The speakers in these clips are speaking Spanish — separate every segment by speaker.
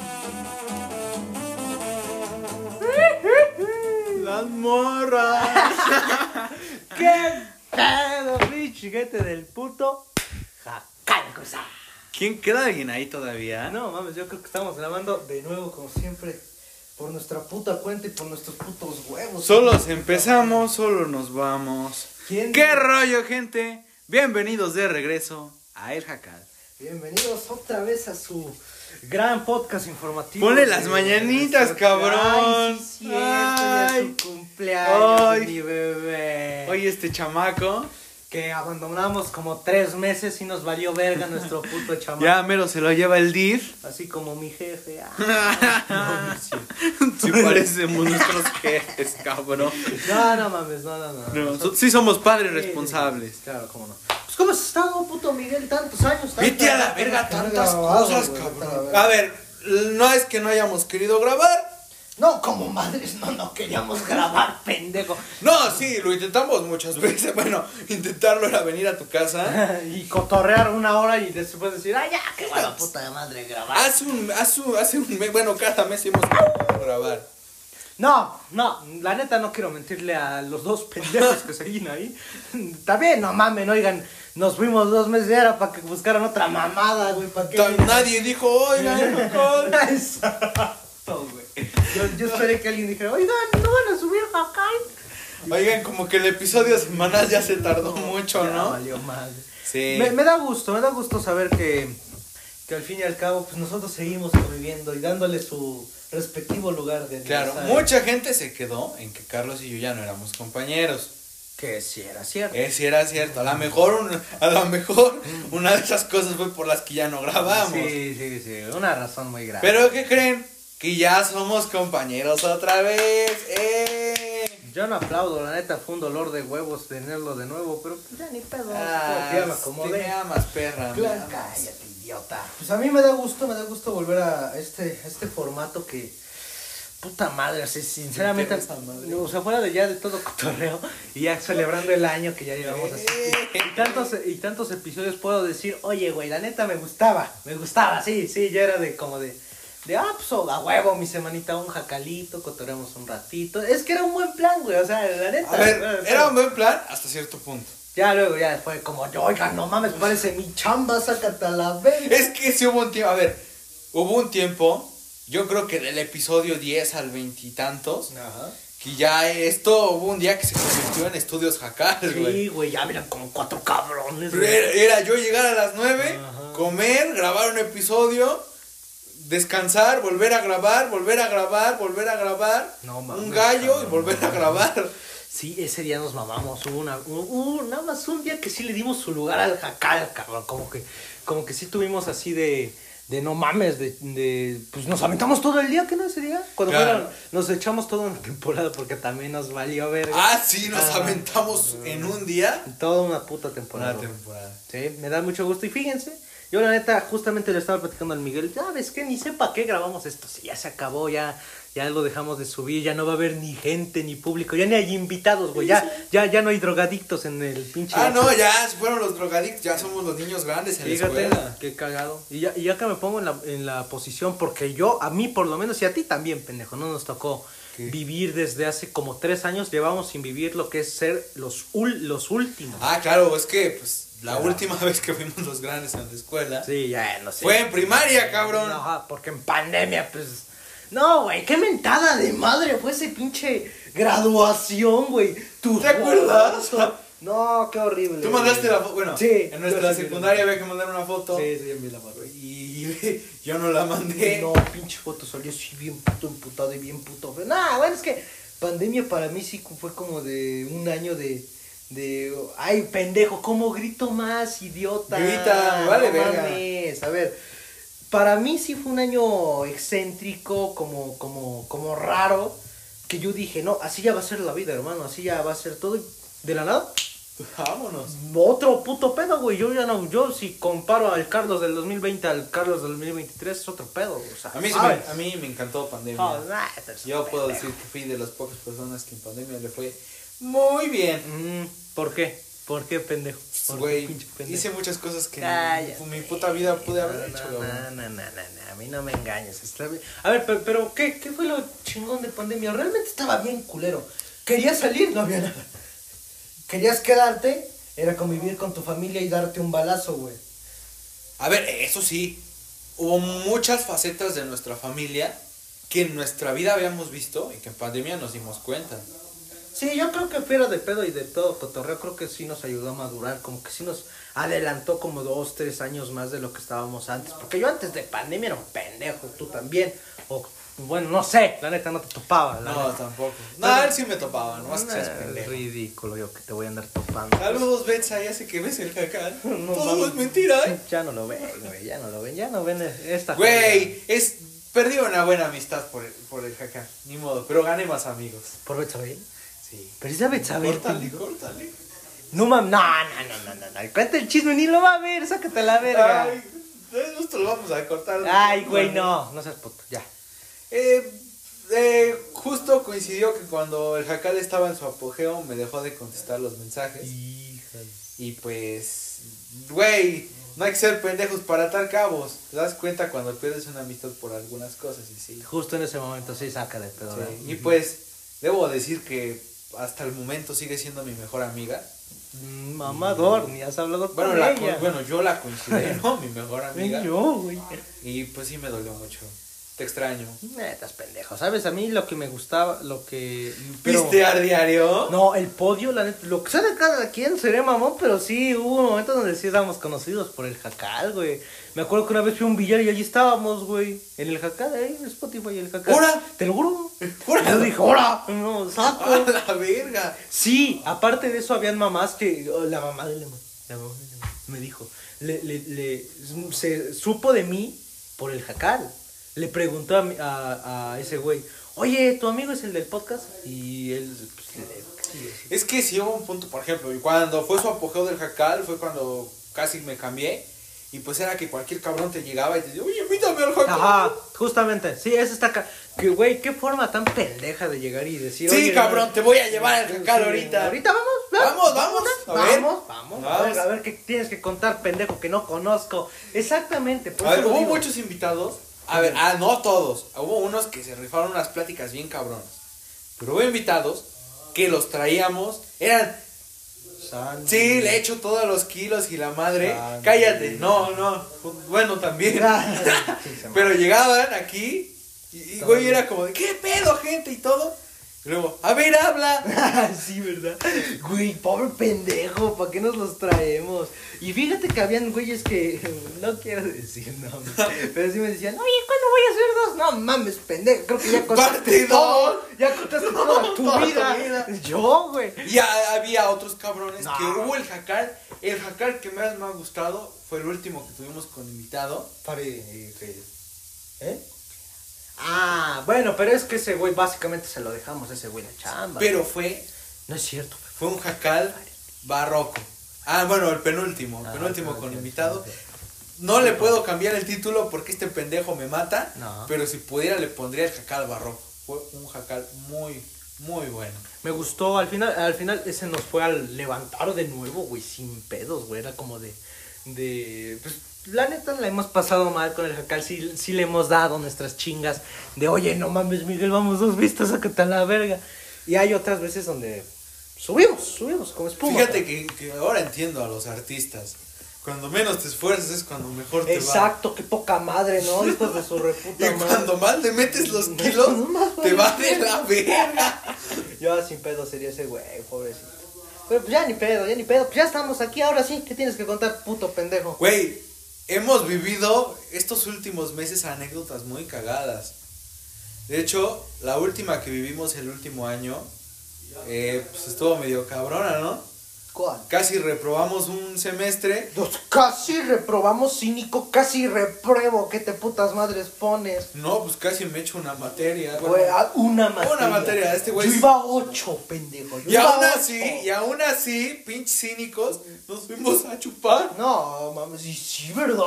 Speaker 1: morras.
Speaker 2: ¡Qué pedo, pichiguete del puto! ¡Jacancosa!
Speaker 1: ¿Quién queda alguien ahí todavía?
Speaker 2: No mames, yo creo que estamos grabando de nuevo, como siempre, por nuestra puta cuenta y por nuestros putos huevos.
Speaker 1: Solos empezamos, solo nos vamos.
Speaker 2: ¿Quién?
Speaker 1: ¿Qué rollo, gente? Bienvenidos de regreso a El Jacal.
Speaker 2: Bienvenidos otra vez a su gran podcast informativo.
Speaker 1: Ponle las
Speaker 2: de
Speaker 1: mañanitas,
Speaker 2: nuestro-
Speaker 1: cabrón.
Speaker 2: Ay, sí, cierto, ya es
Speaker 1: Ay.
Speaker 2: su cumpleaños,
Speaker 1: Ay.
Speaker 2: de mi bebé.
Speaker 1: Oye, este chamaco.
Speaker 2: Que abandonamos como tres meses y nos valió verga nuestro puto chamaco.
Speaker 1: Ya mero se lo lleva el DIF.
Speaker 2: Así como mi jefe. Ah, no, no, sí.
Speaker 1: Si parecemos nuestros jefes, cabrón.
Speaker 2: No, no mames, no, no, no.
Speaker 1: No, so-
Speaker 2: Nosotros-
Speaker 1: sí somos padres
Speaker 2: Sí,
Speaker 1: responsables.
Speaker 2: Claro, cómo no. Pues cómo has estado, puto Miguel, tantos años. tanta-
Speaker 1: Vete a la verga
Speaker 2: tanta
Speaker 1: tantas
Speaker 2: grabado,
Speaker 1: cosas,
Speaker 2: güey,
Speaker 1: cabrón.
Speaker 2: tanta-
Speaker 1: A ver, no es que no hayamos querido grabar.
Speaker 2: No, como madres, no, no queríamos grabar, pendejo.
Speaker 1: No, sí, lo intentamos muchas veces. Bueno, intentarlo era venir a tu casa.
Speaker 2: y cotorrear una hora y después decir, ah, ya, qué buena puta de madre grabar.
Speaker 1: Hace un, hace un, hace un mes, bueno, cada mes hemos grabar.
Speaker 2: No, no, la neta no quiero mentirle a los dos pendejos que seguían ahí. También, no mamen, oigan, nos fuimos dos meses era para que buscaran otra mamada, güey, para que.
Speaker 1: Ta- Nadie dijo, oiga, el alcohol".
Speaker 2: Exacto, güey. Yo, yo esperé que alguien dijera, oigan, no van a subir Hakai.
Speaker 1: Oigan, como que el episodio semanal ya se tardó mucho,
Speaker 2: Ya
Speaker 1: ¿no?
Speaker 2: Valió madre.
Speaker 1: Sí.
Speaker 2: Me, me da gusto, me da gusto saber que, que al fin y al cabo, pues nosotros seguimos conviviendo y dándole su respectivo lugar de
Speaker 1: Claro,
Speaker 2: aniversario.
Speaker 1: mucha gente se quedó en que Carlos y yo ya no éramos compañeros.
Speaker 2: Que sí era cierto.
Speaker 1: Eh, si era cierto, a lo mejor, un- a lo mejor una de esas cosas fue por las que ya no grabamos.
Speaker 2: Sí, sí, sí, una razón muy grave.
Speaker 1: Pero ¿qué creen? Que ya somos compañeros otra vez. ¡Eh!
Speaker 2: Yo no aplaudo, la neta, fue un dolor de huevos tenerlo de nuevo, pero pues ya ni pedo.
Speaker 1: Ah, te me amas, perra. me
Speaker 2: Claro,
Speaker 1: amas.
Speaker 2: cállate, idiota. Pues a mí me da gusto, me da gusto volver a este, este formato que. Puta madre, así, sinceramente.
Speaker 1: Te gusta madre.
Speaker 2: O sea, fuera de ya de todo cotorreo y ya celebrando el año que ya llevamos así.
Speaker 1: Eh.
Speaker 2: Y tantos, y tantos episodios puedo decir, oye, güey, la neta me gustaba, me gustaba, sí, sí, yo era de como de, de, ah, pues oh, a huevo, mi semanita, un jacalito, cotorreamos un ratito. Es que era un buen plan, güey, o sea, la neta.
Speaker 1: A ver,
Speaker 2: güey,
Speaker 1: era un buen plan hasta cierto punto.
Speaker 2: Ya luego, ya fue como, oiga, no mames, parece mi chamba, sácate a la verga.
Speaker 1: Es que sí hubo un tiempo, a ver, hubo un tiempo, yo creo que del episodio 10 al veintitantos,
Speaker 2: Ajá.
Speaker 1: que ya esto hubo un día que se convirtió en estudios jacal, güey.
Speaker 2: Sí, güey, ya eran como cuatro cabrones,
Speaker 1: Pero
Speaker 2: güey.
Speaker 1: Era, era yo llegar a las 9,
Speaker 2: Ajá.
Speaker 1: comer, grabar un episodio, descansar, volver a grabar, volver a grabar, volver a grabar,
Speaker 2: No mames,
Speaker 1: un gallo y
Speaker 2: cabrón.
Speaker 1: volver a grabar.
Speaker 2: Sí, ese día nos mamamos, hubo una, hubo- hubo nada más un día que sí le dimos su lugar al jacal, cabrón, como que, como que sí tuvimos así de, de no mames, de, de- pues nos aventamos todo el día, ¿qué no ese día? Cuando
Speaker 1: Claro.
Speaker 2: fueron, nos echamos toda una temporada porque también nos valió verga.
Speaker 1: Ah, sí, nos
Speaker 2: Ah.
Speaker 1: aventamos en un día.
Speaker 2: Toda una puta
Speaker 1: Una
Speaker 2: temporada.
Speaker 1: temporada.
Speaker 2: Sí, me da mucho gusto. Y fíjense, yo la neta, justamente le estaba platicando al Miguel, ¿sabes qué? Ni sé para qué grabamos esto. Si ya se acabó, ya, ya lo dejamos de subir, ya no va a haber ni gente, ni público, ya ni hay invitados, güey. Ya, ya, ya no hay drogadictos en el pinche.
Speaker 1: Ah, no, ya fueron los drogadictos, ya somos los niños grandes en la
Speaker 2: Fíjate,
Speaker 1: escuela.
Speaker 2: qué cagado. Y ya, y ya que me pongo en la, en la posición, porque yo, a mí por lo menos, y a ti también, pendejo, no nos tocó
Speaker 1: ¿Qué?
Speaker 2: vivir desde hace como tres años, llevamos sin vivir lo que es ser los, ul- los últimos.
Speaker 1: Ah, claro, es que pues la
Speaker 2: Claro.
Speaker 1: última vez que fuimos los grandes en la escuela
Speaker 2: Sí, ya, no sé.
Speaker 1: fue en primaria, cabrón.
Speaker 2: Ajá, porque en pandemia, pues. No, güey, qué mentada de madre fue ese pinche graduación, güey. Tu-
Speaker 1: ¿Te acuerdas?
Speaker 2: No, qué horrible.
Speaker 1: Tú
Speaker 2: güey.
Speaker 1: mandaste la foto, bueno,
Speaker 2: Sí,
Speaker 1: en
Speaker 2: yo
Speaker 1: nuestra
Speaker 2: sí vi la
Speaker 1: secundaria
Speaker 2: foto.
Speaker 1: había que mandar una foto.
Speaker 2: Sí, sí, yo vi la foto.
Speaker 1: Y yo no la mandé.
Speaker 2: No, pinche foto salió así bien puto emputado y bien puto. feo. Nah, bueno, es que pandemia para mí sí fue como de un año de. de ay, pendejo, ¿cómo grito más, idiota?
Speaker 1: Grita, vale
Speaker 2: no
Speaker 1: verga.
Speaker 2: mames. A ver, para mí sí fue un año excéntrico, como, como, como raro. Que yo dije, no, así ya va a ser la vida, hermano, así ya va a ser todo. y De la nada,
Speaker 1: Vámonos.
Speaker 2: otro puto pedo, güey. Yo ya no, yo si comparo al Carlos del 2020 al Carlos del 2023 es otro pedo, o sea,
Speaker 1: A Ah, mí, sí me,
Speaker 2: ¿sabes?
Speaker 1: a mí me encantó pandemia.
Speaker 2: Oh, nah, este es un
Speaker 1: yo puedo
Speaker 2: pendejo.
Speaker 1: decir que fui de las pocas personas que en pandemia le fue muy bien.
Speaker 2: Mm, ¿Por qué? ¿Por qué, pendejo? ¿Por qué,
Speaker 1: Güey,
Speaker 2: pinche pendejo?
Speaker 1: hice muchas cosas que
Speaker 2: Ah, ya
Speaker 1: en mi
Speaker 2: sé.
Speaker 1: puta vida pude
Speaker 2: No,
Speaker 1: haber hecho,
Speaker 2: No,
Speaker 1: cabrón.
Speaker 2: no, no, no, no, no, a mí no me engañes. está bien. A ver, pero, pero ¿qué, ¿qué fue lo chingón de pandemia? Realmente estaba bien culero.
Speaker 3: Querías salir, no había nada. Querías quedarte, era convivir con tu familia y darte un balazo, güey.
Speaker 1: A ver, eso sí, hubo muchas facetas de nuestra familia que en nuestra vida habíamos visto y que en pandemia nos dimos cuenta.
Speaker 2: Sí, yo creo que Fiera de Pedo y de todo Cotorreo creo que sí nos ayudó a madurar, como que sí nos adelantó como dos, tres años más de lo que estábamos antes. Porque yo antes de pandemia era un pendejo, tú también. O bueno, no sé, la neta no te topaba. La
Speaker 1: No,
Speaker 2: neta.
Speaker 1: tampoco. No, él sí me topaba, no más que seas
Speaker 2: Nah,
Speaker 1: pendejo.
Speaker 2: ridículo yo que te voy a andar topando.
Speaker 1: Saludos, Betsa, ya sé que ves el jacal.
Speaker 2: No,
Speaker 1: Todo
Speaker 2: mames.
Speaker 1: es mentira, ¿eh?
Speaker 2: Ya no lo ven, güey, ya no lo ven, ya no ven esta. joya.
Speaker 1: Güey, es... Perdí una buena amistad por el, por el jacal, ni modo, pero gané más amigos.
Speaker 2: ¿Por Betzabel?
Speaker 1: Sí.
Speaker 2: Pero esa Betzabel.
Speaker 1: Córtale, córtale.
Speaker 2: No mames, no, no, no, no, no, no. Cuenta el chisme, ni lo va a ver, sácate la verga.
Speaker 1: Ay, esto lo vamos a cortar.
Speaker 2: Ay, güey, no, no seas puto, ya.
Speaker 1: Eh, eh, justo coincidió que cuando el jacal estaba en su apogeo me dejó de contestar los mensajes. Y pues, güey, no hay que ser pendejos para atar cabos. Te das cuenta cuando pierdes una amistad por algunas cosas y sí.
Speaker 2: Justo en ese momento sí saca de pedo. ¿verdad?
Speaker 1: Sí, Y pues, debo decir que hasta el momento sigue siendo mi mejor amiga.
Speaker 2: Mm, Mamador, ni has hablado con
Speaker 1: Bueno, la,
Speaker 2: ella.
Speaker 1: con- bueno yo la considero mi mejor amiga.
Speaker 2: Ven yo, güey.
Speaker 1: Y pues sí me dolió mucho. Te extraño.
Speaker 2: Nah, estás pendejo. ¿Sabes? A mí lo que me gustaba, lo que. pero-
Speaker 1: ¿Pistear diario?
Speaker 2: No, el podio, la neta, lo que sea de cada quien, seré mamón, pero sí, hubo momentos donde sí estábamos conocidos por el jacal, güey. Me acuerdo que una vez fui a un billar y allí estábamos, güey, en el jacal, ahí en Spotify, el jacal.
Speaker 1: ¡Ora!
Speaker 2: Te lo juro.
Speaker 1: ¡Ora!
Speaker 2: Yo dije, ¡hora! No,
Speaker 1: ¡A
Speaker 2: saco.
Speaker 1: la verga!
Speaker 2: Sí, aparte de eso habían mamás que oh, la mamá de Lemon, la mamá de Lemon, me dijo, le, le, le- se supo de mí por el jacal. Le preguntó a, mi- a- a ese güey, oye, ¿tu amigo es el del podcast? Y él, pues, le-
Speaker 1: Es que si hubo un punto, por ejemplo, y cuando fue su apogeo del jacal, fue cuando casi me cambié. Y pues era que cualquier cabrón te llegaba y te decía, oye, invítame al jacal.
Speaker 2: Ajá, justamente, sí, esa está acá. Que güey, qué forma tan pendeja de llegar y decir,
Speaker 1: Sí,
Speaker 2: "Oye,
Speaker 1: cabrón,
Speaker 2: no,
Speaker 1: te voy a llevar al jacal
Speaker 2: sí,
Speaker 1: ahorita.
Speaker 2: Ahorita vamos,
Speaker 1: Vamos, vamos, a ver.
Speaker 2: Vamos, vamos, a
Speaker 1: Vamos.
Speaker 2: ver, a ver qué tienes que contar, pendejo, que no conozco. Exactamente, por
Speaker 1: A ver,
Speaker 2: eso lo
Speaker 1: hubo
Speaker 2: digo.
Speaker 1: muchos invitados. A ver, ah, no todos. Hubo unos que se rifaron unas pláticas bien cabronas. Pero hubo invitados que los traíamos. Eran,
Speaker 2: Sandy.
Speaker 1: sí, le echo todos los kilos y la madre.
Speaker 2: Ah,
Speaker 1: Cállate,
Speaker 2: sí.
Speaker 1: no, no. Bueno, también.
Speaker 2: Sí, se
Speaker 1: Pero llegaban aquí y, y, güey era como de, ¿qué pedo, gente? Y todo. Y luego, a ver, habla.
Speaker 2: Ah, sí, ¿verdad? Güey, pobre pendejo, ¿para qué nos los traemos? Y fíjate que habían güeyes que, no quiero decir nombres, pero sí me decían, oye, ¿cuándo voy a hacer dos? No mames, pendejo, creo que ya contaste
Speaker 1: Parte
Speaker 2: todo,
Speaker 1: dos.
Speaker 2: ya contaste toda tu
Speaker 1: Toda tu
Speaker 2: vida. Yo, güey.
Speaker 1: Y a- había otros cabrones
Speaker 2: No.
Speaker 1: que hubo el jacar. El jacar que más me ha gustado fue el último que tuvimos con invitado.
Speaker 3: ¿Eh?
Speaker 2: Ah, bueno, pero es que ese güey, básicamente se lo dejamos a ese güey la chamba.
Speaker 1: Pero fue,
Speaker 2: No es cierto, güey.
Speaker 1: fue un jacal barroco. Ah, bueno, el penúltimo, el
Speaker 2: Ah,
Speaker 1: penúltimo
Speaker 2: ok,
Speaker 1: con
Speaker 2: ok,
Speaker 1: invitado.
Speaker 2: ok.
Speaker 1: No le puedo cambiar el título porque este pendejo me mata.
Speaker 2: No.
Speaker 1: Pero si pudiera le pondría el jacal barroco. Fue un jacal muy, muy bueno.
Speaker 2: Me gustó, al final, al final ese nos fue al levantar de nuevo, güey, sin pedos, güey, era como de, de, pues, la neta la hemos pasado mal con el jacal, sí, sí le hemos dado nuestras chingas de, oye, no mames, Miguel, vamos dos vistas, sácate a la verga, y hay otras veces donde subimos, subimos como espuma.
Speaker 1: Fíjate que, que ahora entiendo a los artistas. Cuando menos te esfuerzas es cuando mejor te
Speaker 2: Exacto, qué poca madre, ¿no? Hijos de su
Speaker 1: va.
Speaker 2: reputa
Speaker 1: Y cuando
Speaker 2: madre.
Speaker 1: más le metes los kilos,
Speaker 2: No más,
Speaker 1: te
Speaker 2: güey.
Speaker 1: va de la verga.
Speaker 2: Yo ah, sin pedo sería ese güey, pobrecito. Pero pues ya ni pedo, ya ni pedo, pues ya estamos aquí, ahora sí, ¿qué tienes que contar, puto pendejo?
Speaker 1: Güey, hemos vivido estos últimos meses anécdotas muy cagadas. De hecho, la última que vivimos el último año, eh, pues estuvo medio cabrona, ¿no?
Speaker 3: ¿Cuál?
Speaker 1: Casi reprobamos un semestre.
Speaker 3: Los casi reprobamos cínico, casi repruebo. ¿Qué te putas madres pones?
Speaker 1: No, pues casi me echo una materia.
Speaker 3: Güey, ah, una materia.
Speaker 1: Una materia, este güey
Speaker 3: Yo
Speaker 1: es-
Speaker 3: iba a ocho, pendejo. Yo
Speaker 1: Y
Speaker 3: iba a
Speaker 1: aún
Speaker 3: ocho.
Speaker 1: así, y aún así, pinches cínicos, nos fuimos a chupar.
Speaker 3: No, mames, sí, sí, ¿verdad?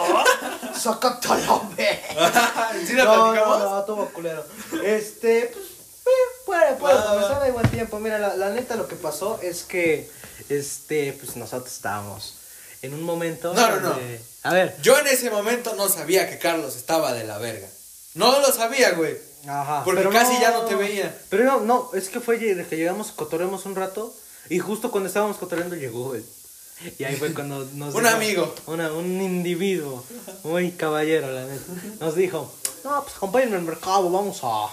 Speaker 3: Sácate a la verga.
Speaker 1: ¿Sí la
Speaker 2: no,
Speaker 1: platicamos?
Speaker 2: No, no, todo culero. Este, pues, eh, puede, puede
Speaker 1: Va, va,
Speaker 2: comenzar,
Speaker 1: va.
Speaker 2: hay buen tiempo. Mira, la, la neta lo que pasó es que, este, pues nosotros estábamos en un momento.
Speaker 1: No, no, no.
Speaker 2: donde- A ver,
Speaker 1: Yo en ese momento no sabía que Carlos estaba de la verga. No lo sabía, güey.
Speaker 2: Ajá.
Speaker 1: Porque casi ya no te veía.
Speaker 2: Pero no, no, es que fue de que llegamos, cotorreamos un rato y justo cuando estábamos cotorreando llegó él. Y ahí fue cuando nos
Speaker 1: Un amigo.
Speaker 2: una- un individuo, muy caballero, la neta. Nos dijo, no, pues acompáñenme al mercado, vamos a,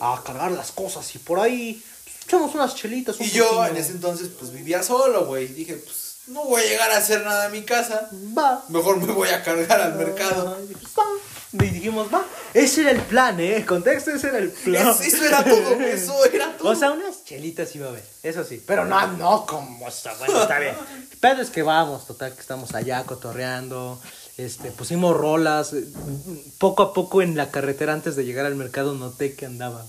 Speaker 2: a cargar las cosas y por ahí pues, echamos unas chelitas. un
Speaker 1: Y yo en
Speaker 2: poquito".
Speaker 1: ese entonces pues vivía solo, güey. Dije, pues no voy a llegar a hacer nada a mi casa.
Speaker 2: Va.
Speaker 1: Mejor me voy a cargar al mercado.
Speaker 2: Ajá, y dijimos, va. Y dijimos, va. Ese era el plan, ¿eh? El contexto, ese era el plan.
Speaker 1: Es- eso era todo, eso era todo.
Speaker 2: O sea, unas chelitas iba a haber, eso sí. Pero no, no, como está, bueno, está bien. Pero es que vamos, total, que estamos allá cotorreando. Este, pusimos rolas. eh, Poco a poco en la carretera antes de llegar al mercado noté que andaba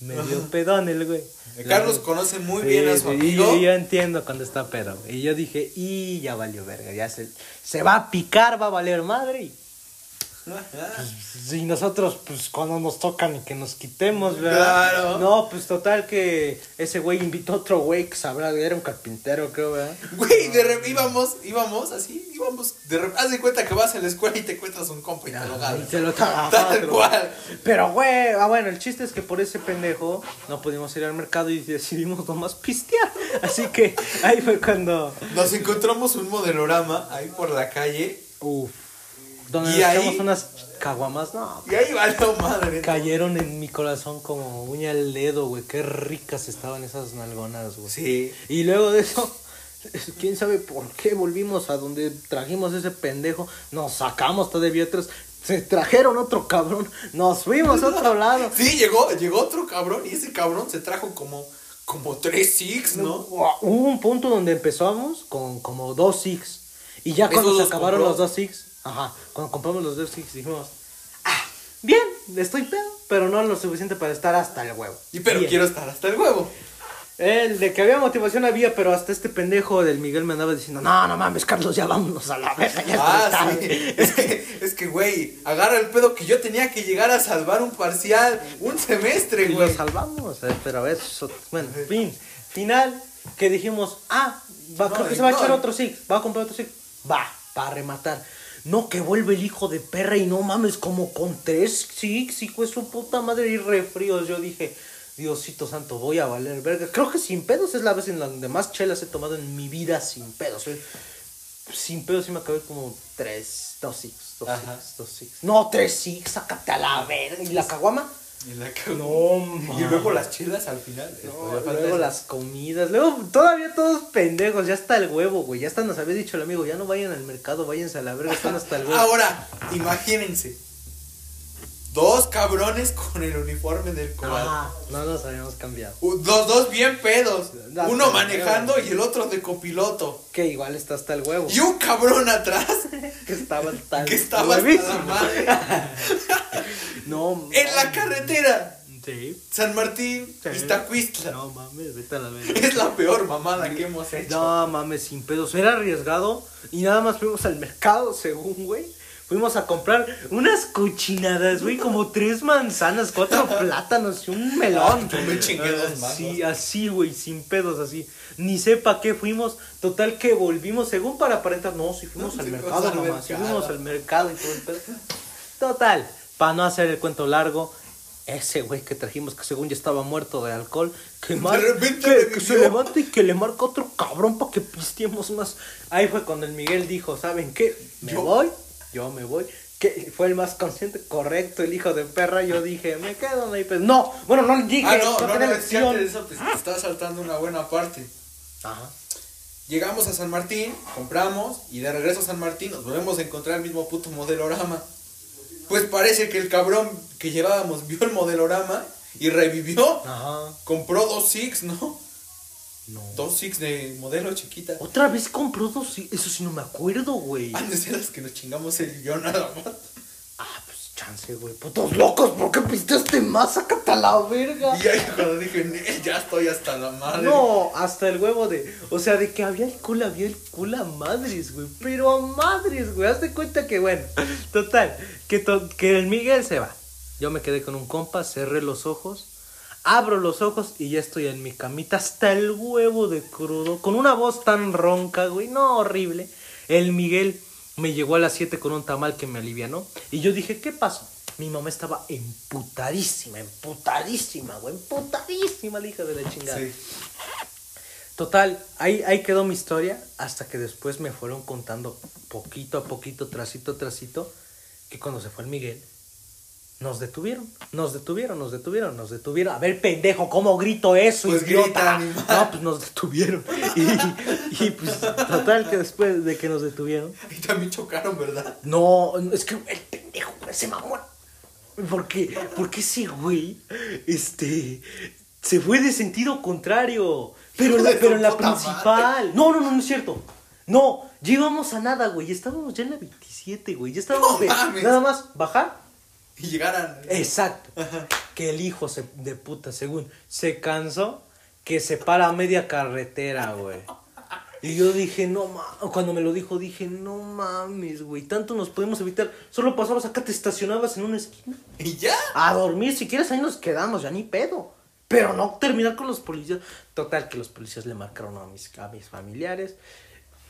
Speaker 2: medio pedón el güey.
Speaker 1: Eh, Carlos
Speaker 2: La-
Speaker 1: conoce muy
Speaker 2: Sí,
Speaker 1: bien a su
Speaker 2: sí, y
Speaker 1: amigo.
Speaker 2: yo- yo entiendo cuando está pedo. güey. Y yo dije, y ya valió verga, ya se, se va a picar, va a valer madre. Y, pues, y nosotros, pues cuando nos tocan y que nos quitemos, ¿verdad?
Speaker 1: Claro.
Speaker 2: No, pues total que ese güey invitó a otro güey que sabrá, era un carpintero, creo, ¿verdad?
Speaker 1: Güey, de repente íbamos, íbamos así, íbamos, de repente, haz de cuenta que vas a la escuela y te encuentras un compa y te lo
Speaker 2: Y
Speaker 1: ganas.
Speaker 2: se lo
Speaker 1: Tal cual.
Speaker 2: Pero, güey, ah, bueno, el chiste es que por ese pendejo no pudimos ir al mercado y decidimos nomás pistear. Así que ahí fue cuando.
Speaker 1: Nos encontramos un modelorama ahí por la calle
Speaker 2: Uf. Donde
Speaker 1: ¿Y
Speaker 2: nos
Speaker 1: ahí?
Speaker 2: echamos unas caguamas, no.
Speaker 1: y ahí va la madre.
Speaker 2: Cayeron en mi corazón como uña al dedo, güey. Qué ricas estaban esas nalgonas, güey.
Speaker 1: Sí.
Speaker 2: Y luego de eso, quién sabe por qué volvimos a donde trajimos ese pendejo. Nos sacamos todavía otros. Se trajeron otro cabrón. Nos fuimos a otro lado.
Speaker 1: Sí, llegó, llegó otro cabrón y ese cabrón se trajo como, como tres six, ¿no?
Speaker 2: Hubo un punto donde empezamos con como dos SIGs. Y ya
Speaker 1: ¿Esos
Speaker 2: cuando se
Speaker 1: los
Speaker 2: acabaron
Speaker 1: compró?
Speaker 2: los dos SIGs, ajá, cuando compramos los dos SIGs dijimos, ah, bien, estoy pedo, pero no lo suficiente para estar hasta el huevo.
Speaker 1: Y pero
Speaker 2: Bien.
Speaker 1: quiero estar hasta el huevo.
Speaker 2: El de que había motivación había, pero hasta este pendejo del Miguel me andaba diciendo, no, no mames, Carlos, ya vámonos a la verga, ya está
Speaker 1: Ah, sí.
Speaker 2: tarde".
Speaker 1: Es que, es que, güey, agarra el pedo que yo tenía que llegar a salvar un parcial, un semestre,
Speaker 2: Y lo
Speaker 1: güey.
Speaker 2: salvamos, eh, pero eso, bueno, fin, final, que dijimos, ah, va,
Speaker 1: No,
Speaker 2: creo que se va a
Speaker 1: no,
Speaker 2: echar
Speaker 1: no.
Speaker 2: otro six, va a comprar otro six, va, para rematar. No, que vuelve el hijo de perra y no mames, como con tres six, hijo de su puta madre y refríos. Yo dije, Diosito santo, voy a valer verga. Creo que sin pedos es la vez en la donde más chelas he tomado en mi vida sin pedos. eh. Sin pedos sí me acabé como tres, dos six, dos
Speaker 1: Ajá.
Speaker 2: six, dos six. No, tres six, sácate a la verga. ¿Y la caguama?
Speaker 1: Y la cagó.
Speaker 2: No, ma.
Speaker 1: Y luego las chelas al final.
Speaker 2: No,
Speaker 1: Podía faltar
Speaker 2: luego
Speaker 1: eso.
Speaker 2: las comidas, luego todavía todos pendejos, ya está el huevo, güey. Ya hasta nos había dicho el amigo, ya no vayan al mercado, váyanse a la verga, están hasta el huevo.
Speaker 1: Ahora, imagínense. Dos cabrones con el uniforme del cobal.
Speaker 2: Ah, no nos habíamos cambiado.
Speaker 1: U- Los dos bien pedos.
Speaker 2: No,
Speaker 1: Uno
Speaker 2: pero-
Speaker 1: manejando y el otro de copiloto.
Speaker 2: Que igual está hasta el huevo.
Speaker 1: Y un cabrón atrás
Speaker 2: Que estaba hasta el
Speaker 1: que estaba hasta la
Speaker 2: huevísimo.
Speaker 1: madre.
Speaker 2: No,
Speaker 1: En la
Speaker 2: mames.
Speaker 1: carretera.
Speaker 2: Sí.
Speaker 1: San Martín,
Speaker 2: sí.
Speaker 1: Iztacuistla.
Speaker 2: No mames, vete a la verga.
Speaker 1: Es la peor mamada que hemos hecho.
Speaker 2: No mames, sin pedos. Era arriesgado y nada más fuimos al mercado, según, güey. Fuimos a comprar unas cochinadas, güey, como tres manzanas, cuatro plátanos y un melón.
Speaker 1: Yo me chingué dos
Speaker 2: Ah,
Speaker 1: mangos.
Speaker 2: Sí, así, güey, sin pedos, así. Ni sepa qué fuimos. Total que volvimos, según para aparentar. No, sí fuimos
Speaker 1: No,
Speaker 2: al
Speaker 1: sí fuimos
Speaker 2: mercado,
Speaker 1: al
Speaker 2: mamá. Sí
Speaker 1: mercado.
Speaker 2: fuimos al mercado y todo el pedo. Total, para no hacer el cuento largo, ese güey que trajimos, que según ya estaba muerto de alcohol, que, mar-
Speaker 1: repente
Speaker 2: que-
Speaker 1: revivió.
Speaker 2: que se levanta y que le marca otro cabrón para que pisteemos más. Ahí fue cuando el Miguel dijo, ¿saben qué? Me
Speaker 1: Yo-
Speaker 2: voy, yo me voy. Que fue el más consciente, correcto, el hijo de perra. Yo dije, me quedo ahí. Pues, no, bueno, no le dije,
Speaker 1: Ah, no,
Speaker 2: no
Speaker 1: no, no,
Speaker 2: tenía
Speaker 1: es que antes de
Speaker 2: elección.
Speaker 1: eso te, te estaba saltando una buena parte.
Speaker 2: Ajá.
Speaker 1: Llegamos a San Martín, compramos y de regreso a San Martín nos volvemos a encontrar el mismo puto modelorama. Pues parece que el cabrón que llevábamos vio el modelorama y revivió.
Speaker 2: Ajá.
Speaker 1: Compró dos Six, ¿no?
Speaker 2: No.
Speaker 1: Dos Six de modelo chiquita.
Speaker 2: Otra vez compró dos, sí, eso sí no me acuerdo, güey.
Speaker 1: Han de ser las que nos chingamos el yo nada más.
Speaker 2: Ah, pues chance, güey. Putos locos, ¿por qué pisteaste más? Sácate a la verga.
Speaker 1: Y ahí cuando dije, "Ne, ya estoy hasta la madre.
Speaker 2: No, hasta el huevo de. O sea, de que había alcohol, había alcohol a madres, güey. Pero a madres, güey. Hazte cuenta que, bueno. Total, que, to- que el Miguel se va. Yo me quedé con un compa, cerré los ojos. Abro los ojos y ya estoy en mi camita hasta el huevo de crudo. Con una voz tan ronca, güey. No, horrible. El Miguel me llegó a las 7 con un tamal que me alivianó. Y yo dije, ¿qué pasó? Mi mamá estaba emputadísima, emputadísima, güey, emputadísima la hija de la chingada.
Speaker 1: Sí.
Speaker 2: Total, ahí, ahí quedó mi historia hasta que después me fueron contando poquito a poquito, tracito a tracito, que cuando se fue el Miguel, nos detuvieron, nos detuvieron, nos detuvieron, nos detuvieron. A ver, pendejo, ¿cómo grito eso,
Speaker 1: Pues grita,
Speaker 2: idiota?
Speaker 1: animal.
Speaker 2: no, pues nos detuvieron. Y, y pues, total, que después de que nos detuvieron,
Speaker 1: Y también chocaron, ¿verdad?
Speaker 2: no, no, es que el pendejo, güey, ese mamón. Porque, porque ese güey, este, se fue de sentido contrario. Pero,
Speaker 1: Hijo
Speaker 2: la-
Speaker 1: de
Speaker 2: pero
Speaker 1: su
Speaker 2: en la
Speaker 1: puta
Speaker 2: principal. No, no, no, no es cierto. No, llegamos a nada, güey. Estábamos ya en la 27, güey. Ya estábamos
Speaker 1: No
Speaker 2: de
Speaker 1: mames.
Speaker 2: nada más bajar.
Speaker 1: Y llegaran.
Speaker 2: Exacto. Que el hijo se- de puta, según, se cansó, que se para a media carretera, güey. Y yo dije, no mames, cuando me lo dijo, dije, no mames, güey, tanto nos podemos evitar. Solo pasabas acá, te estacionabas en una esquina.
Speaker 1: Y ya.
Speaker 2: A dormir, si quieres, ahí nos quedamos, ya ni pedo. Pero no terminar con los policías. Total, que los policías le marcaron a mis, a mis familiares.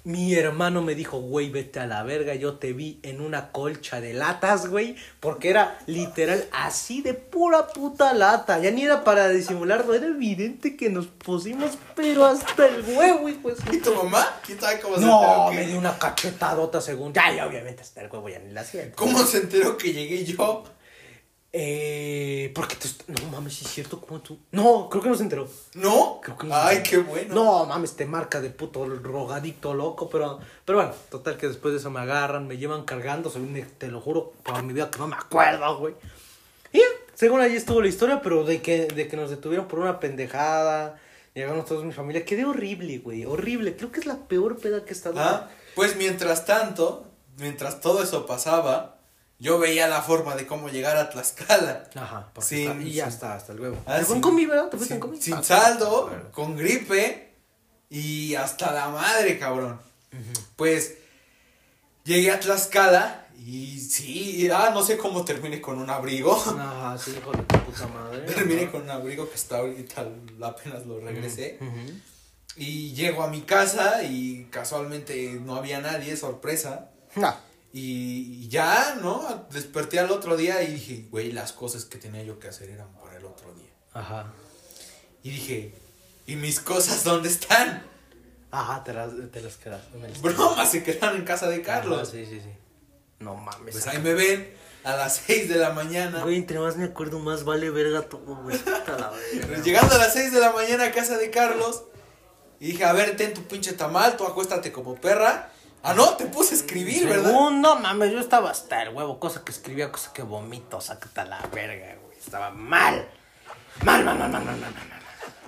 Speaker 2: Mi hermano me dijo, güey, vete a la verga. Yo te vi en una colcha de latas, güey. Porque era literal así de pura puta lata. Ya ni era para disimularlo. Era evidente que nos pusimos, pero hasta el huevo, hijo de su
Speaker 1: ¿Y tu mamá? ¿Quién sabe cómo se
Speaker 2: no,
Speaker 1: enteró
Speaker 2: me
Speaker 1: que-
Speaker 2: dio una cachetadota según. Ya, ya, obviamente, hasta el huevo ya ni la siento.
Speaker 1: ¿Cómo se enteró que llegué yo?
Speaker 2: Eh, porque tú. est- No mames, sí es cierto, ¿cómo tú? No, creo que no se enteró.
Speaker 1: ¿No?
Speaker 2: Creo que no se
Speaker 1: Ay,
Speaker 2: enteró.
Speaker 1: qué bueno.
Speaker 2: No mames, te marca de puto rogadicto loco, pero. Pero bueno, total que después de eso me agarran, me llevan cargando, según me- te lo juro, por mi vida que no me acuerdo, güey. Y ya, según allí estuvo la historia, pero de que, de que nos detuvieron por una pendejada. Llegaron todos mi familia. Quedé horrible, güey. Horrible. Creo que es la peor peda que he estado.
Speaker 1: Ah, Pues mientras tanto, mientras todo eso pasaba, yo veía la forma de cómo llegar a Tlaxcala.
Speaker 2: Ajá, porque
Speaker 1: Sin-
Speaker 2: está- y ya
Speaker 1: sin-
Speaker 2: está, hasta el huevo.
Speaker 1: Ah,
Speaker 2: ¿Te fue en
Speaker 1: sin-
Speaker 2: combi, verdad? ¿Te
Speaker 1: sin,
Speaker 2: fuiste en combi?
Speaker 1: sin
Speaker 2: Ah,
Speaker 1: saldo,
Speaker 2: está, está, está.
Speaker 1: con gripe y hasta la madre, cabrón. Pues llegué a Tlaxcala y sí, ah, no sé cómo terminé con un abrigo.
Speaker 2: Ajá, sí, hijo de tu puta madre.
Speaker 1: Terminé
Speaker 2: Ajá.
Speaker 1: con un abrigo que hasta ahorita apenas lo regresé.
Speaker 2: Ujú.
Speaker 1: Y llego a mi casa y casualmente no había nadie, sorpresa.
Speaker 2: No.
Speaker 1: Y ya, ¿no? Desperté al otro día y dije, güey, las cosas que tenía yo que hacer eran para el otro día.
Speaker 2: Ajá.
Speaker 1: Y dije, ¿y mis cosas dónde están?
Speaker 2: Ajá, te las, te las quedas. me las-
Speaker 1: Bromas, se quedaron en casa de Carlos.
Speaker 2: Ajá, sí, sí, sí. No mames.
Speaker 1: Pues ahí me ven a las 6 de la mañana.
Speaker 2: Güey, entre más me acuerdo, más vale verga todo, güey. Puta la verga.
Speaker 1: Llegando a las 6 de la mañana a casa de Carlos. Y dije, a ver, ten tu pinche tamal, tú acuéstate como perra. Ah, no, te puse a escribir, ¿verdad?
Speaker 2: Según, no mames, yo estaba hasta el huevo. Cosa que escribía, cosa que vomito, sácate a la verga, güey. Estaba mal. Mal, mal, mal, mal, mal, mal, mal, mal.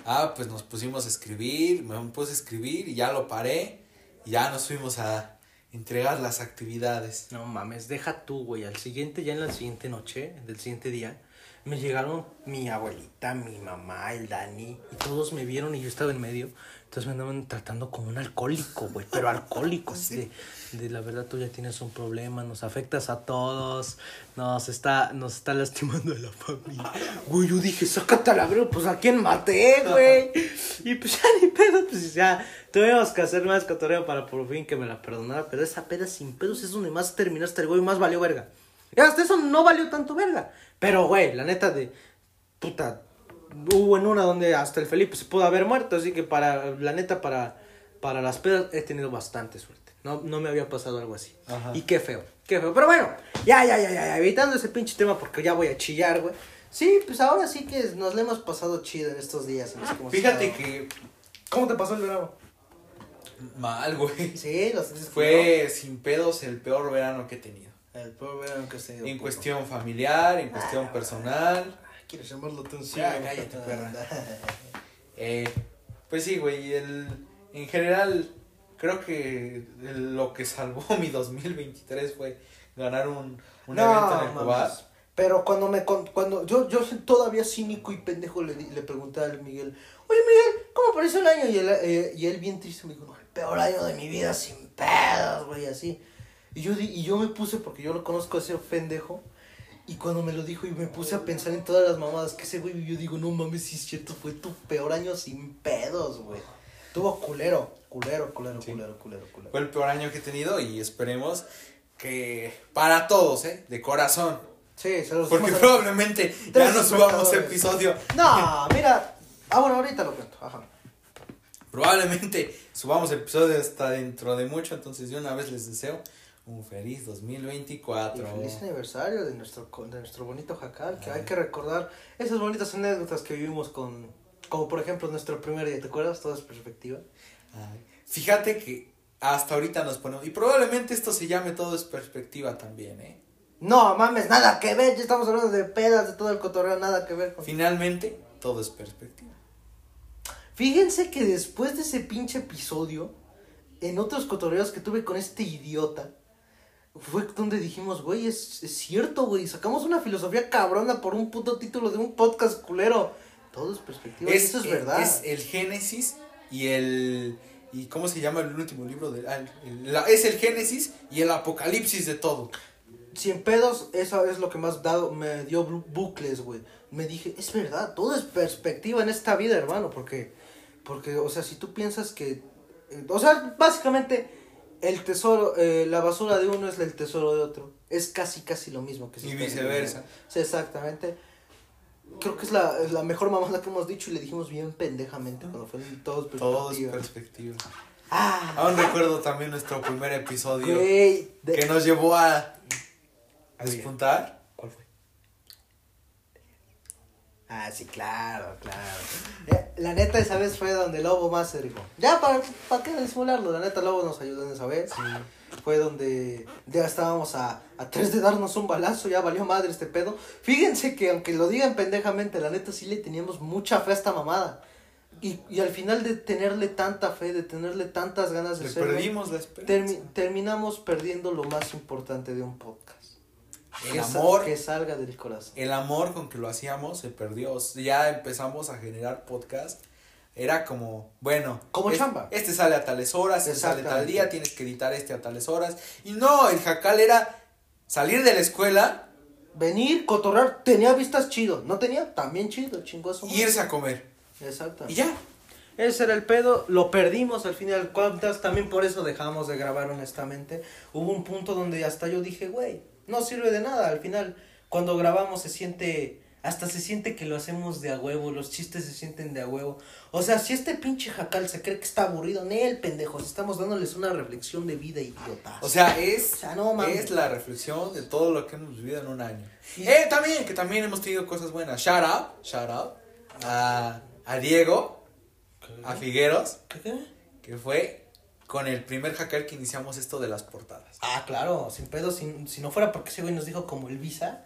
Speaker 1: Ah, pues nos pusimos a escribir, me puse a escribir y ya lo paré. Y ya nos fuimos a entregar las actividades.
Speaker 2: No mames, deja tú, güey. Al siguiente, ya en la siguiente noche, del siguiente día, me llegaron mi abuelita, mi mamá, el Dani, y todos me vieron y yo estaba en medio. Entonces me andaban tratando como un alcohólico, güey, pero alcohólico, así de, de la verdad tú ya tienes un problema, nos afectas a todos, nos está, nos está lastimando a la familia. Güey, yo dije, sácate al abrigo, pues a quién maté, güey. Y pues ya ni pedo, pues ya tuvimos que hacer más cotorreo para por fin que me la perdonara. Pero esa peda sin pedos es donde más terminaste el güey, más valió verga. Y hasta eso no valió tanto verga. Pero güey, la neta de puta, hubo en una donde hasta el Felipe se pudo haber muerto. Así que para, la neta, para, para las pedas he tenido bastante suerte. No, no me había pasado algo así.
Speaker 1: Ajá.
Speaker 2: Y qué feo, qué feo. Pero bueno, ya, ya, ya, ya, ya, evitando ese pinche tema porque ya voy a chillar, güey. Sí, pues ahora sí que nos le hemos pasado chido en estos días. en los que hemos
Speaker 1: Fíjate
Speaker 2: estado.
Speaker 1: que
Speaker 3: ¿Cómo te pasó el verano?
Speaker 1: mal, güey.
Speaker 2: Sí, los tres
Speaker 1: Fue sin pedos el peor verano que he tenido.
Speaker 3: El peor verano que has tenido.
Speaker 1: En
Speaker 3: puto.
Speaker 1: cuestión familiar, en cuestión personal.
Speaker 3: Ah, ¿Quieres llamarlo tú
Speaker 1: Sí, cállate,
Speaker 2: Ah,
Speaker 1: perra. Eh, pues sí, güey, el, en general creo que el- lo que salvó mi 2023 fue ganar un, un evento en el
Speaker 3: mames.
Speaker 1: Cubas.
Speaker 3: Pero cuando me con- cuando yo yo soy todavía cínico y pendejo le, di- le pregunté a Miguel, oye Miguel, ¿cómo pareció el año? Y él, eh, y él bien triste me dijo, no, el peor año de mi vida sin pedos, güey, así. Y yo, di- y yo me puse, porque yo lo conozco a ese pendejo, y cuando me lo dijo y me puse a pensar en todas las mamadas que ese güey vivió, digo, no mames, si es cierto, fue tu peor año sin pedos, güey. Tuvo culero, culero, culero,
Speaker 1: Sí.
Speaker 3: culero, culero, culero.
Speaker 1: Fue el peor año que he tenido y esperemos que para todos, ¿eh? De corazón,
Speaker 2: Sí, se los
Speaker 1: Porque
Speaker 2: vamos a-
Speaker 1: probablemente ya
Speaker 2: Tres
Speaker 1: no subamos
Speaker 2: espectadores.
Speaker 1: episodio.
Speaker 2: No, mira. Ah, bueno, ahorita lo cuento. Ajá.
Speaker 1: Probablemente subamos episodio hasta dentro de mucho. Entonces, yo una vez les deseo un feliz 2024.
Speaker 2: Y feliz aniversario de nuestro, co- de nuestro bonito jacal, que hay que recordar esas bonitas anécdotas que vivimos con, como por ejemplo nuestro primer día, ¿te acuerdas? Todas perspectiva.
Speaker 1: Ay, Fíjate que hasta ahorita nos ponemos. Y probablemente esto se llame todo es perspectiva también, ¿eh?
Speaker 2: No, mames, nada que ver, ya estamos hablando de pedas, de todo el cotorreo, nada que ver con...
Speaker 1: Finalmente, todo es perspectiva.
Speaker 2: Fíjense que después de ese pinche episodio, en otros cotorreos que tuve con este idiota, fue donde dijimos, güey, es, es cierto, güey, sacamos una filosofía cabrona por un puto título de un podcast culero. Todo es perspectiva, y eso es
Speaker 1: el-
Speaker 2: verdad.
Speaker 1: Es el Génesis y el. ¿Y cómo se llama el último libro? De, ah, el- la- es el Génesis y el Apocalipsis de todo.
Speaker 2: Cien pedos, eso es lo que más dado me dio bu- bucles, güey. Me dije, es verdad, todo es perspectiva en esta vida, hermano, porque, porque, o sea, si tú piensas que, eh, o sea, básicamente, el tesoro, eh, la basura de uno es el tesoro de otro. Es casi, casi lo mismo que
Speaker 1: Y
Speaker 2: está en el
Speaker 1: viceversa.
Speaker 2: mundo. Sí, exactamente. Creo que es la, es la mejor mamada que hemos dicho y le dijimos bien pendejamente cuando fue en todos
Speaker 1: Todo es perspectiva.
Speaker 2: perspectiva. ah,
Speaker 1: Aún recuerdo también nuestro primer episodio
Speaker 2: güey. de-
Speaker 1: que nos llevó a a
Speaker 2: Oye.
Speaker 1: despuntar.
Speaker 2: ¿Cuál fue? Ah, sí, claro, claro. Eh, La neta, esa vez fue donde Lobo más se rifó. Ya, ¿para, para qué disimularlo? La neta, Lobo nos ayudó en esa vez. Fue donde ya estábamos a, a tres de darnos un balazo, ya valió madre este pedo. Fíjense que, aunque lo digan pendejamente, la neta sí le teníamos mucha fe a esta mamada. Y, y al final de tenerle tanta fe, de tenerle tantas ganas de
Speaker 1: Le
Speaker 2: hacerlo,
Speaker 1: perdimos la esperanza.
Speaker 2: termi- terminamos perdiendo lo más importante de un podcast.
Speaker 1: El
Speaker 2: Que sa-
Speaker 1: amor,
Speaker 2: Que salga del corazón.
Speaker 1: el amor con que lo hacíamos se perdió. O sea, Ya empezamos a generar podcast. Era como, bueno,
Speaker 2: Como
Speaker 1: es-
Speaker 2: chamba.
Speaker 1: Este sale a tales horas, este sale tal
Speaker 2: Exactamente.
Speaker 1: día, tienes que editar este a tales horas. Y no, el jacal era salir de la escuela
Speaker 2: Venir, cotorrar, tenía vistas chido. No tenía, también chido, chingó a su
Speaker 1: e
Speaker 2: madre.
Speaker 1: irse a comer.
Speaker 2: Exacto.
Speaker 1: Y ya.
Speaker 2: Ese era el pedo, lo perdimos al final de cuentas, también por eso dejamos de grabar honestamente. Hubo un punto donde hasta yo dije, güey, no sirve de nada, al final cuando grabamos se siente, hasta se siente que lo hacemos de a huevo, los chistes se sienten de a huevo. O sea, si este pinche jacal se cree que está aburrido, ni el pendejo, estamos dándoles una reflexión de vida idiota.
Speaker 1: O sea, es,
Speaker 2: O sea, no mames.
Speaker 1: es la reflexión de todo lo que hemos vivido en un año. Eh, también, que también hemos tenido cosas buenas. Shout out, shout out a, a Diego, a Figueros, que fue con el primer hacker que iniciamos esto de las portadas.
Speaker 2: Ah, claro, sin pedo, sin- si no fuera porque ese güey nos dijo como el Visa,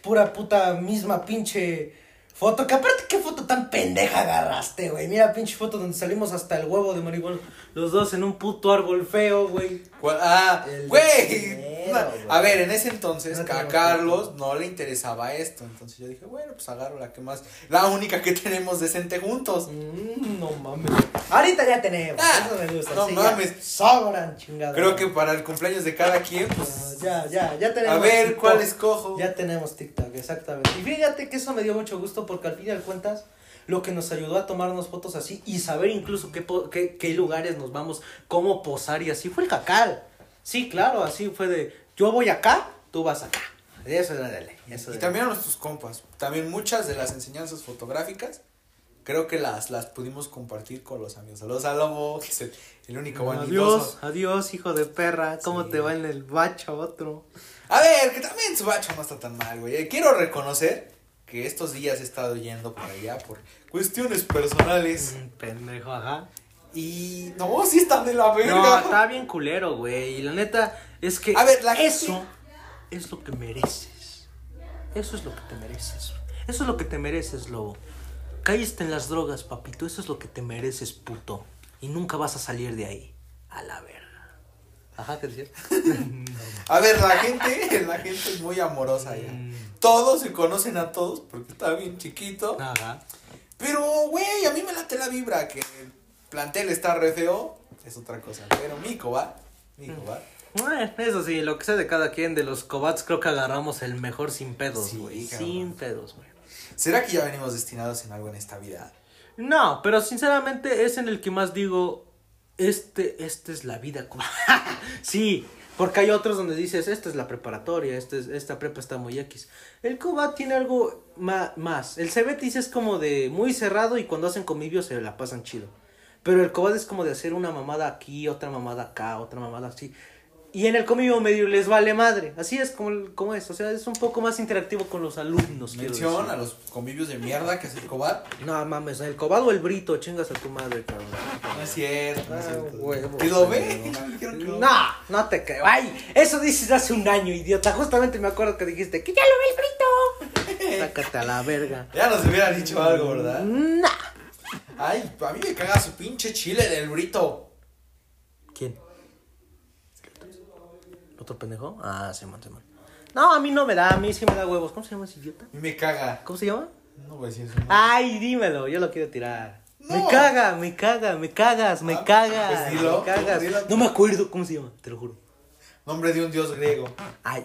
Speaker 2: pura puta misma pinche foto, que aparte qué foto tan pendeja agarraste, güey, mira pinche foto donde salimos hasta el huevo de marihuana, los dos en un puto árbol feo, güey.
Speaker 1: ¿Cuál? Ah,
Speaker 2: El
Speaker 1: güey.
Speaker 2: dinero,
Speaker 1: na-
Speaker 2: güey.
Speaker 1: A ver, en ese entonces
Speaker 2: No
Speaker 1: a
Speaker 2: tenemos
Speaker 1: Carlos no le interesaba esto. Entonces yo dije, bueno, pues agarro la que más, la única que tenemos decente juntos.
Speaker 2: Mm, no mames. Ahorita ya tenemos,
Speaker 1: Ah,
Speaker 2: eso me gusta.
Speaker 1: no
Speaker 2: ya
Speaker 1: mames.
Speaker 2: Sobran chingados.
Speaker 1: Creo que para el cumpleaños de cada quien, pues.
Speaker 2: Ah, Ya, ya, ya tenemos.
Speaker 1: A ver,
Speaker 2: TikTok.
Speaker 1: ¿cuál escojo?
Speaker 2: Ya tenemos TikTok, exactamente. Y fíjate que eso me dio mucho gusto porque al fin y al cuentas lo que nos ayudó a tomarnos fotos así y saber incluso qué, po- qué, qué lugares nos vamos, cómo posar y así fue el cacal. Sí, claro, así fue de yo voy acá, tú vas acá. Eso era de ley. Eso
Speaker 1: Y
Speaker 2: era.
Speaker 1: también a nuestros compas. También muchas de las enseñanzas fotográficas, creo que las, las pudimos compartir con los amigos. Saludos a Lobo, que es el, el único
Speaker 4: Adiós,
Speaker 1: vanidoso.
Speaker 4: adiós, hijo de perra. ¿Cómo
Speaker 1: Sí.
Speaker 4: te va en el bacha otro?
Speaker 1: A ver, que también su bacho no está tan mal, güey. Eh, Quiero reconocer que estos días he estado yendo por allá por cuestiones personales.
Speaker 4: Mm, Pendejo, ajá.
Speaker 1: Y no, sí están de la verga.
Speaker 4: No, está bien culero, güey. Y la neta es que
Speaker 1: A ver, la gente-
Speaker 4: eso es lo que mereces. Eso es lo que te mereces. Eso es lo que te mereces, lobo. Caíste en las drogas, papito. Eso es lo que te mereces, puto. Y nunca vas a salir de ahí. A la verga. Ajá, ¿qué decías?
Speaker 1: A ver, la gente, la gente es muy amorosa allá. Todos se conocen a todos porque está bien chiquito.
Speaker 2: Ah.
Speaker 4: Ajá.
Speaker 1: Pero, güey, a mí me late la vibra que el plantel está re feo. Es otra cosa. Pero Mico va. Mico va.
Speaker 4: Bueno, eso sí, lo que sea de cada quien, de los cobats, creo que agarramos el mejor sin pedos,
Speaker 1: Sí,
Speaker 4: güey.
Speaker 1: cabrón.
Speaker 4: sin pedos, güey.
Speaker 1: ¿Será que ya venimos destinados en algo en esta vida?
Speaker 4: No, pero sinceramente es en el que más digo, este, esta es la vida. co- sí,
Speaker 2: Porque hay otros donde dices, esta es la preparatoria, esta, es, esta prepa está muy X. El Cuba tiene algo ma- más. El Cebetis es como de muy cerrado y cuando hacen convivios se la pasan chido. Pero el Cobad es como de hacer una mamada aquí, otra mamada acá, otra mamada así. Y en el convivio medio les vale madre. Así es como, el- como es. O sea, es un poco más interactivo con los alumnos. quiero
Speaker 1: Mención
Speaker 2: decir.
Speaker 1: a los convivios de mierda que hace el cobar.
Speaker 2: No mames, el Cobad o el Brito, chingas a tu madre, cabrón.
Speaker 1: No es cierto, no es
Speaker 2: Ah,
Speaker 1: cierto.
Speaker 2: huevo.
Speaker 1: ¿Que lo ve? Quiero que lo
Speaker 2: No, no te creo. Ay, eso dices hace un año, idiota. Justamente me acuerdo que dijiste que ya lo ve el grito. Sácate a la verga.
Speaker 1: Ya nos hubiera dicho algo, ¿verdad?
Speaker 2: Nah.
Speaker 1: Ay, a mí me caga su pinche chile del brito.
Speaker 2: ¿Quién? ¿Otro pendejo? Ah, se man, se man. No, a mí no me da, a mí sí me da huevos. ¿Cómo se llama ese idiota?
Speaker 1: A mí me caga.
Speaker 2: ¿Cómo se llama?
Speaker 1: No voy a decir eso.
Speaker 2: Ay, dímelo, yo lo quiero tirar. Me
Speaker 1: No.
Speaker 2: caga, me caga, me cagas, me
Speaker 1: Ah,
Speaker 2: cagas.
Speaker 1: pues dilo,
Speaker 2: me cagas.
Speaker 1: dilo.
Speaker 2: No me acuerdo cómo se llama, te lo juro.
Speaker 1: Nombre de un dios griego.
Speaker 2: Ay,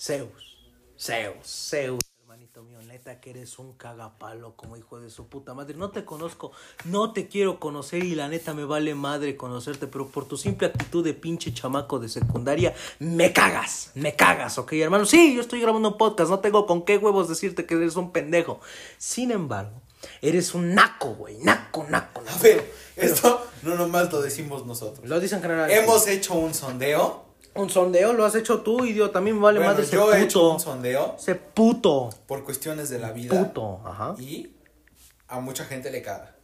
Speaker 2: Zeus, Zeus, Zeus, hermanito mío, neta que eres un cagapalo como hijo de su puta madre. No te conozco, no te quiero conocer y la neta me vale madre conocerte, pero por tu simple actitud de pinche chamaco de secundaria, me cagas, me cagas, ¿ok, hermano? Sí, yo estoy grabando un podcast, no tengo con qué huevos decirte que eres un pendejo. Sin embargo, eres un naco, güey, naco, naco,
Speaker 1: A
Speaker 2: naco.
Speaker 1: ver, esto no nomás lo decimos nosotros.
Speaker 2: Lo dicen general.
Speaker 1: Hemos hecho un sondeo.
Speaker 2: Un sondeo lo has hecho tú, idiota. A mí me vale
Speaker 1: Bueno,
Speaker 2: madre ese
Speaker 1: yo he hecho
Speaker 2: puto.
Speaker 1: un sondeo
Speaker 2: Ese puto.
Speaker 1: por cuestiones de la vida.
Speaker 2: Puto, ajá.
Speaker 1: Y a mucha gente le caga.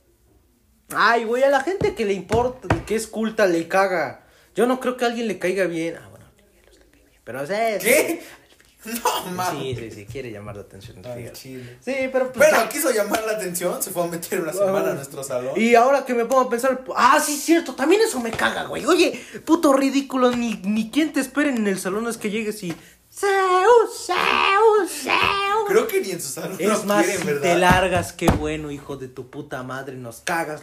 Speaker 2: Ay, güey, a la gente que le importa, que es culta, le caga. Yo no creo que a alguien le caiga bien. Ah, bueno, a los le cae bien, pero o sea,
Speaker 1: ¿Qué? No,
Speaker 2: Sí,
Speaker 1: mames.
Speaker 2: sí, sí, quiere llamar la atención.
Speaker 1: Ay,
Speaker 2: fíjate.
Speaker 1: chile.
Speaker 2: Sí, pero pues,
Speaker 1: Bueno, quiso llamar la atención, se fue a meter una semana a nuestro salón.
Speaker 2: Y ahora que me pongo a pensar, ah, sí, cierto, también eso me caga, güey. Oye, puto ridículo, ni, ni quien te espere en el salón es que llegues y. ¡Zeus, Zeus, Zeus!
Speaker 1: Creo que ni en su salón
Speaker 2: Es
Speaker 1: nos
Speaker 2: más,
Speaker 1: quieren,
Speaker 2: si
Speaker 1: ¿verdad?
Speaker 2: te largas, qué bueno, hijo de tu puta madre, nos cagas.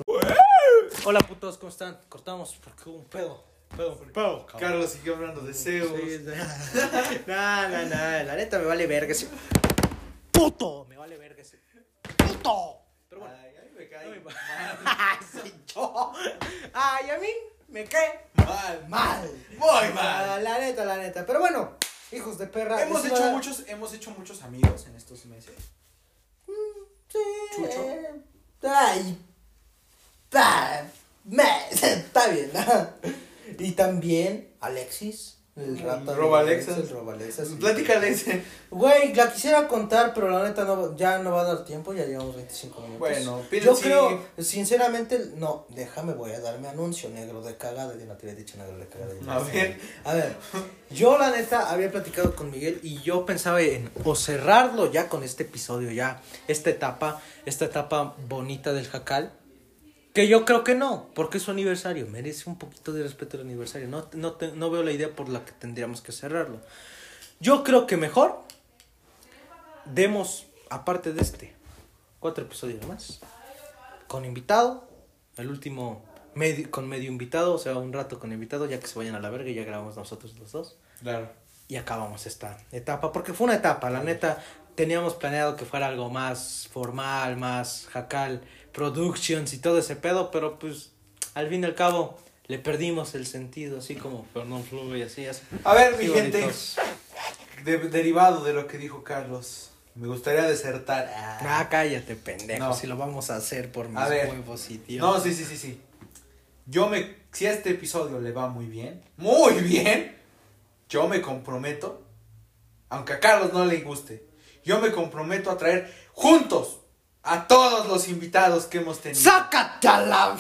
Speaker 2: Hola, putos, ¿cómo están? Cortamos porque hubo un pedo. Pedo, pedo, cabrón.
Speaker 1: Carlos siguió hablando de Zeus.
Speaker 2: Sí, No, no, no, la neta me vale verga ese. ¡Puto! Me vale verga ese. ¡Puto! Pero bueno.
Speaker 1: Ay, a mí me cae
Speaker 2: Ay, soy yo. Ay, a mí me cae
Speaker 1: mal, mal,
Speaker 2: mal.
Speaker 1: muy mal.
Speaker 2: La neta, la neta. Pero bueno, hijos de perra.
Speaker 1: Hemos
Speaker 2: les iba a
Speaker 1: hecho
Speaker 2: dar-
Speaker 1: muchos, hemos hecho muchos amigos en estos meses.
Speaker 2: Sí.
Speaker 1: Chucho.
Speaker 2: Ay. pa- me- Está bien. Y también Alexis. El rata de
Speaker 1: Mm, Roba Alexis. Mm,
Speaker 2: El roba Alexis.
Speaker 1: Platícales.
Speaker 2: Güey, la quisiera contar, pero la neta no, ya no va a dar tiempo, ya llevamos 25 minutos.
Speaker 1: Bueno, pero
Speaker 2: yo
Speaker 1: sí.
Speaker 2: creo, sinceramente, no, déjame, voy a darme anuncio negro de cagada, yo no te había dicho negro de cagada.
Speaker 1: A ver.
Speaker 2: A ver, yo la neta había platicado con Miguel y yo pensaba en o cerrarlo ya con este episodio, ya, esta etapa, esta etapa bonita del jacal. Que yo creo que no, porque es su aniversario, merece un poquito de respeto el aniversario. No, no, te- no veo la idea por la que tendríamos que cerrarlo. Yo creo que mejor demos, aparte de este, cuatro episodios más. Con invitado, el último medi- con medio invitado, o sea, un rato con invitado, ya que se vayan a la verga y ya grabamos nosotros los dos.
Speaker 1: Claro.
Speaker 2: Y acabamos esta etapa, porque fue una etapa, la neta, teníamos planeado que fuera algo más formal, más jacal, productions y todo ese pedo, pero pues al fin y al cabo le perdimos el sentido, así como Fernón Fluve y así, así.
Speaker 1: A ver, mi
Speaker 2: Sí,
Speaker 1: gente,
Speaker 2: bonitos.
Speaker 1: de- derivado de lo que dijo Carlos, me gustaría desertar.
Speaker 2: Ah, cállate, pendejo.
Speaker 1: No.
Speaker 2: Si lo vamos a hacer por mis
Speaker 1: A ver.
Speaker 2: huevos y Dios.
Speaker 1: No, sí, sí, sí, sí. Yo me. Si a este episodio le va muy bien, muy bien, yo me comprometo, aunque a Carlos no le guste, yo me comprometo a traer juntos a todos los invitados que hemos tenido.
Speaker 2: ¡Sácate a la...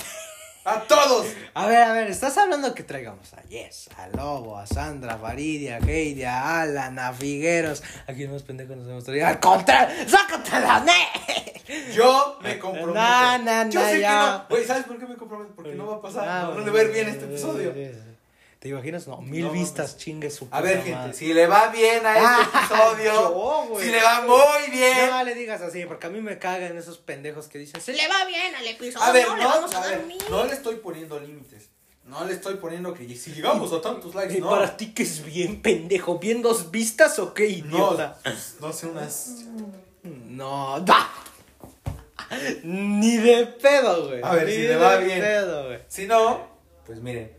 Speaker 1: ¡A todos!
Speaker 2: A ver, a ver, estás hablando que traigamos a Jess, a Lobo, a Sandra, a Faridia, a Heidi, a Alan, a Figueros. Aquí más pendejos nos hemos traído. ¡Al contrario! ¡Sácate a la ne!
Speaker 1: Yo me comprometo.
Speaker 2: No, no,
Speaker 1: yo
Speaker 2: no,
Speaker 1: sé
Speaker 2: ya.
Speaker 1: que no. Güey, ¿sabes por qué me comprometo? Porque no va a pasar.
Speaker 2: Ah, eh,
Speaker 1: no, no le va a ir bien este episodio.
Speaker 2: ¿Te imaginas? No, mil
Speaker 1: No,
Speaker 2: vistas,
Speaker 1: mames.
Speaker 2: chingue su
Speaker 1: A ver,
Speaker 2: puta
Speaker 1: gente,
Speaker 2: madre.
Speaker 1: si le va bien a este
Speaker 2: Ah, yo,
Speaker 1: episodio,
Speaker 2: güey.
Speaker 1: si le va muy bien.
Speaker 2: No le digas así, porque a mí me cagan esos pendejos que dicen, se le va bien al episodio,
Speaker 1: A ver, no,
Speaker 2: le vamos a,
Speaker 1: a
Speaker 2: dar
Speaker 1: ver,
Speaker 2: mil".
Speaker 1: no le estoy poniendo límites. No le estoy poniendo que si llegamos a tantos likes,
Speaker 2: ¿Y
Speaker 1: no.
Speaker 2: para ti qué es bien, pendejo? ¿Bien dos vistas o qué,
Speaker 1: no,
Speaker 2: idiota?
Speaker 1: no sé unas.
Speaker 2: No, da. Ni de pedo, güey.
Speaker 1: A ver,
Speaker 2: Ni
Speaker 1: si le va
Speaker 2: de
Speaker 1: bien.
Speaker 2: pedo, güey.
Speaker 1: Si no, pues miren,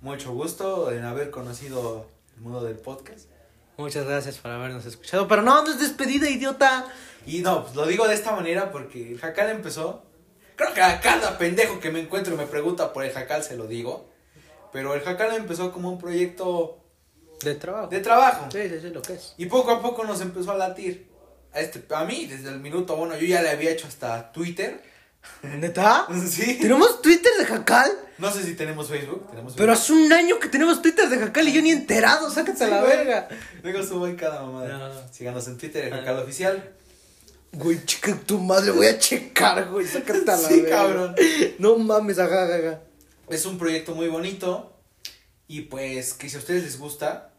Speaker 1: mucho gusto en haber conocido el mundo del podcast.
Speaker 2: Muchas gracias por habernos escuchado. Pero no, no es despedida, idiota.
Speaker 1: Y no, pues lo digo de esta manera porque el jacal empezó. Creo que a cada pendejo que me encuentro y me pregunta por el jacal se lo digo. Pero el jacal empezó como un proyecto
Speaker 2: De trabajo.
Speaker 1: de trabajo.
Speaker 2: Sí, sí, sí, lo que es.
Speaker 1: Y poco a poco nos empezó a latir. A, este, a mí, desde el minuto uno, yo ya le había hecho hasta Twitter.
Speaker 2: ¿Neta?
Speaker 1: Sí.
Speaker 2: ¿Tenemos Twitter de Jacal?
Speaker 1: No sé si tenemos Facebook. Tenemos
Speaker 2: Pero hace un año que tenemos Twitter de Jacal y yo ni enterado. Sácate a la
Speaker 1: güey.
Speaker 2: verga.
Speaker 1: Facebook. Luego subo ahí cada mamada.
Speaker 2: No. Ah.
Speaker 1: Síganos en Twitter, el jacal oficial.
Speaker 2: Güey, chica tu madre, voy a checar, güey. Sácate a la
Speaker 1: Sí,
Speaker 2: verga.
Speaker 1: cabrón.
Speaker 2: No mames, ajá, ajá, ajá.
Speaker 1: Es un proyecto muy bonito. Y pues, que si a ustedes les gusta,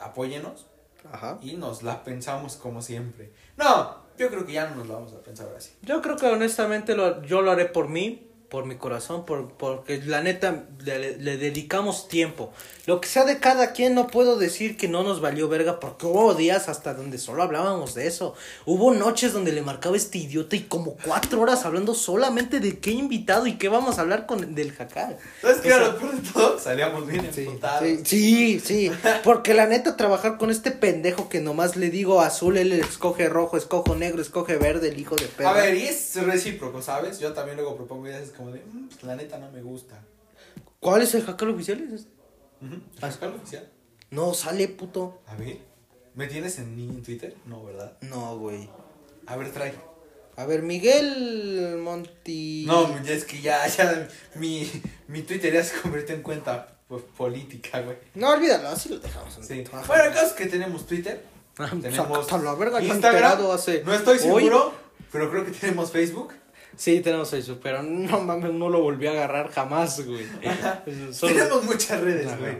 Speaker 1: apóyenos.
Speaker 2: Ajá.
Speaker 1: Y nos la pensamos como siempre. No, yo creo que ya no nos la vamos a pensar ahora sí.
Speaker 2: Yo creo que honestamente lo- yo lo haré por mí, por mi corazón, por, porque la neta le, le dedicamos tiempo. Lo que sea de cada quien no puedo decir que no nos valió verga porque hubo días hasta donde solo hablábamos de eso. Hubo noches donde le marcaba este idiota y como cuatro horas hablando solamente de qué invitado y qué vamos a hablar con del jacal.
Speaker 1: ¿Sabes qué?
Speaker 2: O sea,
Speaker 1: Lo peor de todo, salíamos bien
Speaker 2: Sí,
Speaker 1: emputados.
Speaker 2: sí, sí, sí, porque la neta trabajar con este pendejo que nomás le digo azul, él escoge rojo, escojo negro, escoge verde, el hijo de perra.
Speaker 1: A ver, y es recíproco, ¿sabes? Yo también luego propongo ideas es como de, "Mm, pues, la neta no me gusta.
Speaker 2: ¿Cuál es el jacal oficial? ¿Es este?
Speaker 1: Ujú,
Speaker 2: Ah.
Speaker 1: ¿sacar lo oficial?
Speaker 2: No, sale, puto.
Speaker 1: A ver, ¿me tienes en, en Twitter? No, ¿verdad?
Speaker 2: No, güey.
Speaker 1: A ver, trae.
Speaker 2: A ver, Miguel Monti.
Speaker 1: No, ya es que ya, ya mi, mi Twitter ya se convirtió en cuenta pues, política, güey.
Speaker 2: No, olvídalo, así lo dejamos. un
Speaker 1: Sí.
Speaker 2: rato. Ajá.
Speaker 1: Bueno, el caso es que tenemos Twitter,
Speaker 2: Ah,
Speaker 1: tenemos
Speaker 2: sácate a la verga, yo
Speaker 1: Instagram,
Speaker 2: enterado hace-
Speaker 1: no estoy
Speaker 2: hoy.
Speaker 1: seguro, pero creo que tenemos Facebook.
Speaker 2: Sí, tenemos eso, pero no mames, no lo volví a agarrar jamás, güey. Eso, Solo...
Speaker 1: Tenemos muchas redes,
Speaker 2: Ajá.
Speaker 1: güey.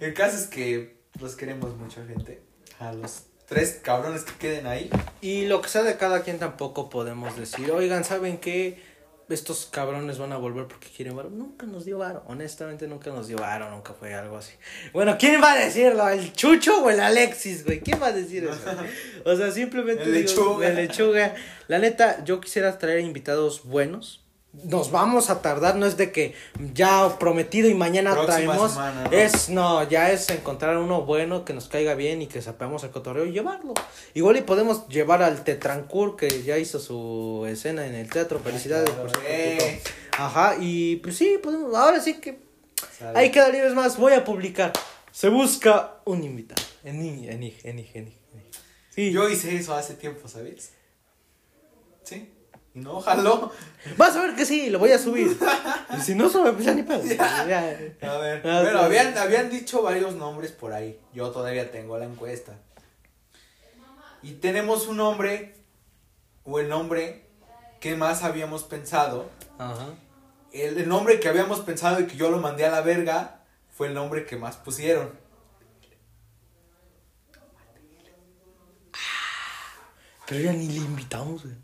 Speaker 1: El caso es que los queremos mucho, gente. A los tres cabrones que queden ahí.
Speaker 2: Y lo que sea de cada quien tampoco podemos decir. Oigan, ¿saben qué? Estos cabrones van a volver porque quieren varo. Nunca nos dio varo. Honestamente, nunca nos dio varo. Nunca fue algo así. Bueno, ¿quién va a decirlo? ¿El Chucho o el Alexis, güey? ¿Quién va a decir eso? O sea, simplemente
Speaker 1: El
Speaker 2: digo,
Speaker 1: lechuga.
Speaker 2: el lechuga. La neta, yo quisiera traer invitados buenos. Nos vamos a tardar, no es de que ya prometido y mañana
Speaker 1: Próxima
Speaker 2: traemos.
Speaker 1: semana, ¿no?
Speaker 2: Es no, ya es encontrar uno bueno que nos caiga bien y que sepamos el cotorreo y llevarlo. Igual y podemos llevar al Tetrancur que ya hizo su escena en el teatro. Felicidades por su
Speaker 1: Ah, Eh.
Speaker 2: Ajá, y pues sí, podemos. Ahora sí que
Speaker 1: Sale.
Speaker 2: hay que darle vez más. Voy a publicar. Se busca un invitado. En en en en en Sí.
Speaker 1: Yo hice eso hace tiempo, ¿sabes? Sí. Y no, ojalá.
Speaker 2: Vas a ver que sí, lo voy a subir. Y si no sube, pues ya ni pedo. Ya.
Speaker 1: A ver.
Speaker 2: Ah,
Speaker 1: Bueno,
Speaker 2: sí.
Speaker 1: habían, habían dicho varios nombres por ahí. Yo todavía tengo la encuesta. Y tenemos un nombre, o el nombre que más habíamos pensado.
Speaker 2: Ajá.
Speaker 1: El, el nombre que habíamos pensado y que yo lo mandé a la verga fue el nombre que más pusieron.
Speaker 2: Pero ya ni le invitamos, güey.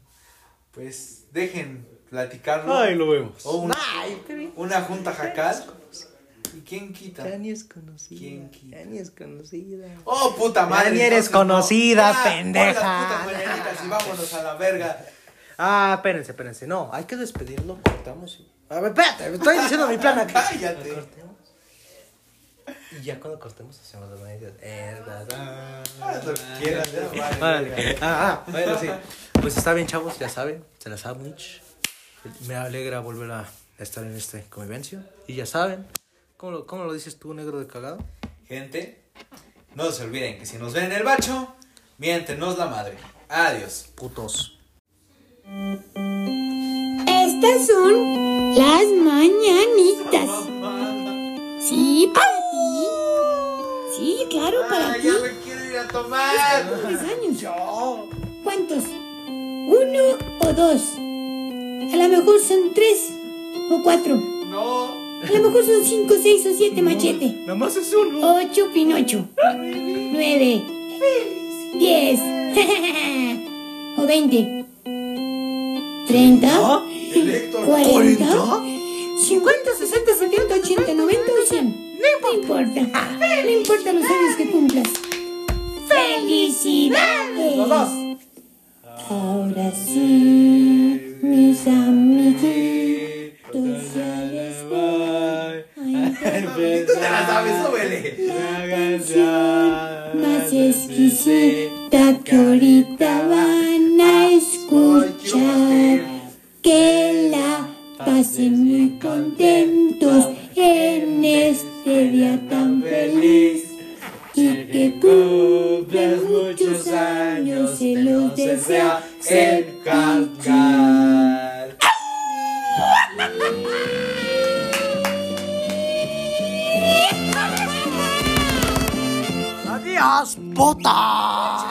Speaker 1: Pues dejen platicarlo.
Speaker 2: Ay, lo vemos.
Speaker 1: O una,
Speaker 2: Ay, pero
Speaker 1: una junta jacal. ¿Y quién quita?
Speaker 2: ya ni es conocida.
Speaker 1: ¿Quién quita?
Speaker 2: Ya ni es conocida.
Speaker 1: Oh, puta madre.
Speaker 2: Ya ni eres
Speaker 1: entonces no.
Speaker 2: conocida,
Speaker 1: Ah, pon las
Speaker 2: pendeja.
Speaker 1: putas mañanitas y vámonos a la verga.
Speaker 2: Ah, espérense, espérense. No, hay que despedirlo. Cortamos. y- A ver, espérate, me estoy diciendo mi plan acá.
Speaker 1: Cállate.
Speaker 2: Lo cortemos. Y ya cuando cortemos, hacemos las manitas. Eh, da, da.
Speaker 1: Haz Ah, lo que quieras, ya, vale,
Speaker 2: Órale.
Speaker 1: verga.
Speaker 2: Ah, ah, bueno, sí. Pues está bien, chavos, ya saben, se las hago mucho. Me alegra volver a estar en este convivencio. Y ya saben, ¿cómo lo, cómo lo dices tú, negro de cagado?
Speaker 1: Gente, no se olviden que si nos ven en el bacho, miéntenos la madre. Adiós.
Speaker 2: Putos.
Speaker 5: Estas son las mañanitas. Sí, para ti. Sí, claro, para
Speaker 1: Ah,
Speaker 5: ti.
Speaker 1: ya me quiero ir a tomar.
Speaker 5: ¿Cuántos años? ¿Cuántos? ¿Uno o dos? A lo mejor son tres o cuatro.
Speaker 1: No.
Speaker 5: A lo mejor son cinco, seis o siete machete.
Speaker 2: Nada más es uno.
Speaker 5: Ocho pinocho. Nueve. Diez. o veinte. Treinta.
Speaker 1: El Héctor.
Speaker 5: Cuarenta. 50, 60, 70, 80, 90 o Ah. 100. No importa. No importa los años que cumplas. ¡Felicidades! Ahora sí, mis amiguitos ya les voy a
Speaker 1: Y tú te la
Speaker 5: invitar.
Speaker 1: sabes, súbele.
Speaker 5: La canción les visita que ahorita van a escuchar. Que la pasen muy contentos en este día tan feliz. Y que cumplan muchos años, se los desea el
Speaker 1: cantar.
Speaker 3: ¡Adiós, puta!